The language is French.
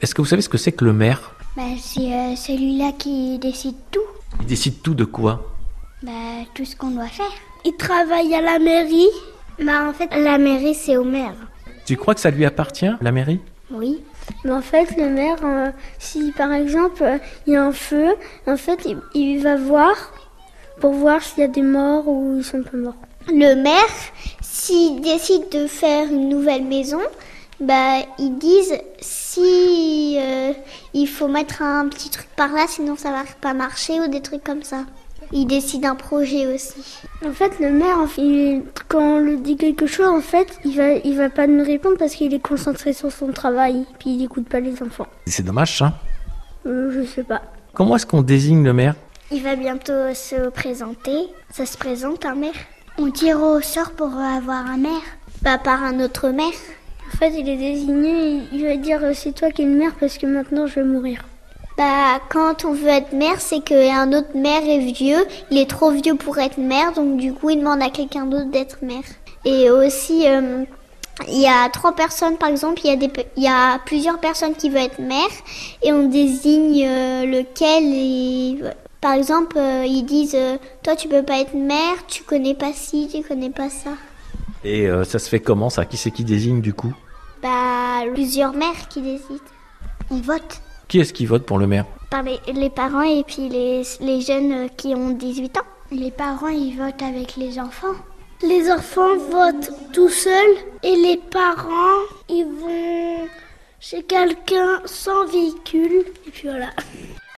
Est-ce que vous savez ce que c'est que le maire Bah, c'est euh, celui-là qui décide tout. Il décide tout de quoi Bah, tout ce qu'on doit faire. Il travaille à la mairie. Bah, en fait, la mairie, c'est au maire. Tu crois que ça lui appartient, la mairie Oui. Mais en fait, le maire, euh, si par exemple euh, il y a un feu, en fait, il, il va voir pour voir s'il y a des morts ou ils sont pas morts. Le maire, s'il décide de faire une nouvelle maison, bah, ils disent si euh, il faut mettre un petit truc par là, sinon ça va pas marcher ou des trucs comme ça. Il décide un projet aussi. En fait, le maire, en fait, il- quand on lui dit quelque chose, en fait, il va, il va pas nous répondre parce qu'il est concentré sur son travail, puis il écoute pas les enfants. C'est dommage, hein. ça. Euh, je sais pas. Comment est-ce qu'on désigne le maire Il va bientôt se présenter. Ça se présente un maire. On tire au sort pour avoir un maire. Bah, par un autre maire. En fait, il est désigné, il, il va dire euh, c'est toi qui es le maire parce que maintenant je vais mourir. Bah, quand on veut être maire, c'est qu'un autre maire est vieux. Il est trop vieux pour être maire, donc du coup, il demande à quelqu'un d'autre d'être maire. Et aussi, euh, il y a trois personnes, par exemple, il y, a des pe- il y a plusieurs personnes qui veulent être maire, et on désigne euh, lequel. Et, par exemple, euh, ils disent euh, Toi, tu peux pas être maire, tu connais pas ci, tu connais pas ça. Et euh, ça se fait comment, ça Qui c'est qui désigne, du coup Bah, plusieurs maires qui décident. On vote Qui est-ce qui vote pour le maire par les, les parents et puis les, les jeunes euh, qui ont 18 ans. Les parents, ils votent avec les enfants. Les enfants votent tout seuls et les parents, ils vont chez quelqu'un sans véhicule. Et puis voilà.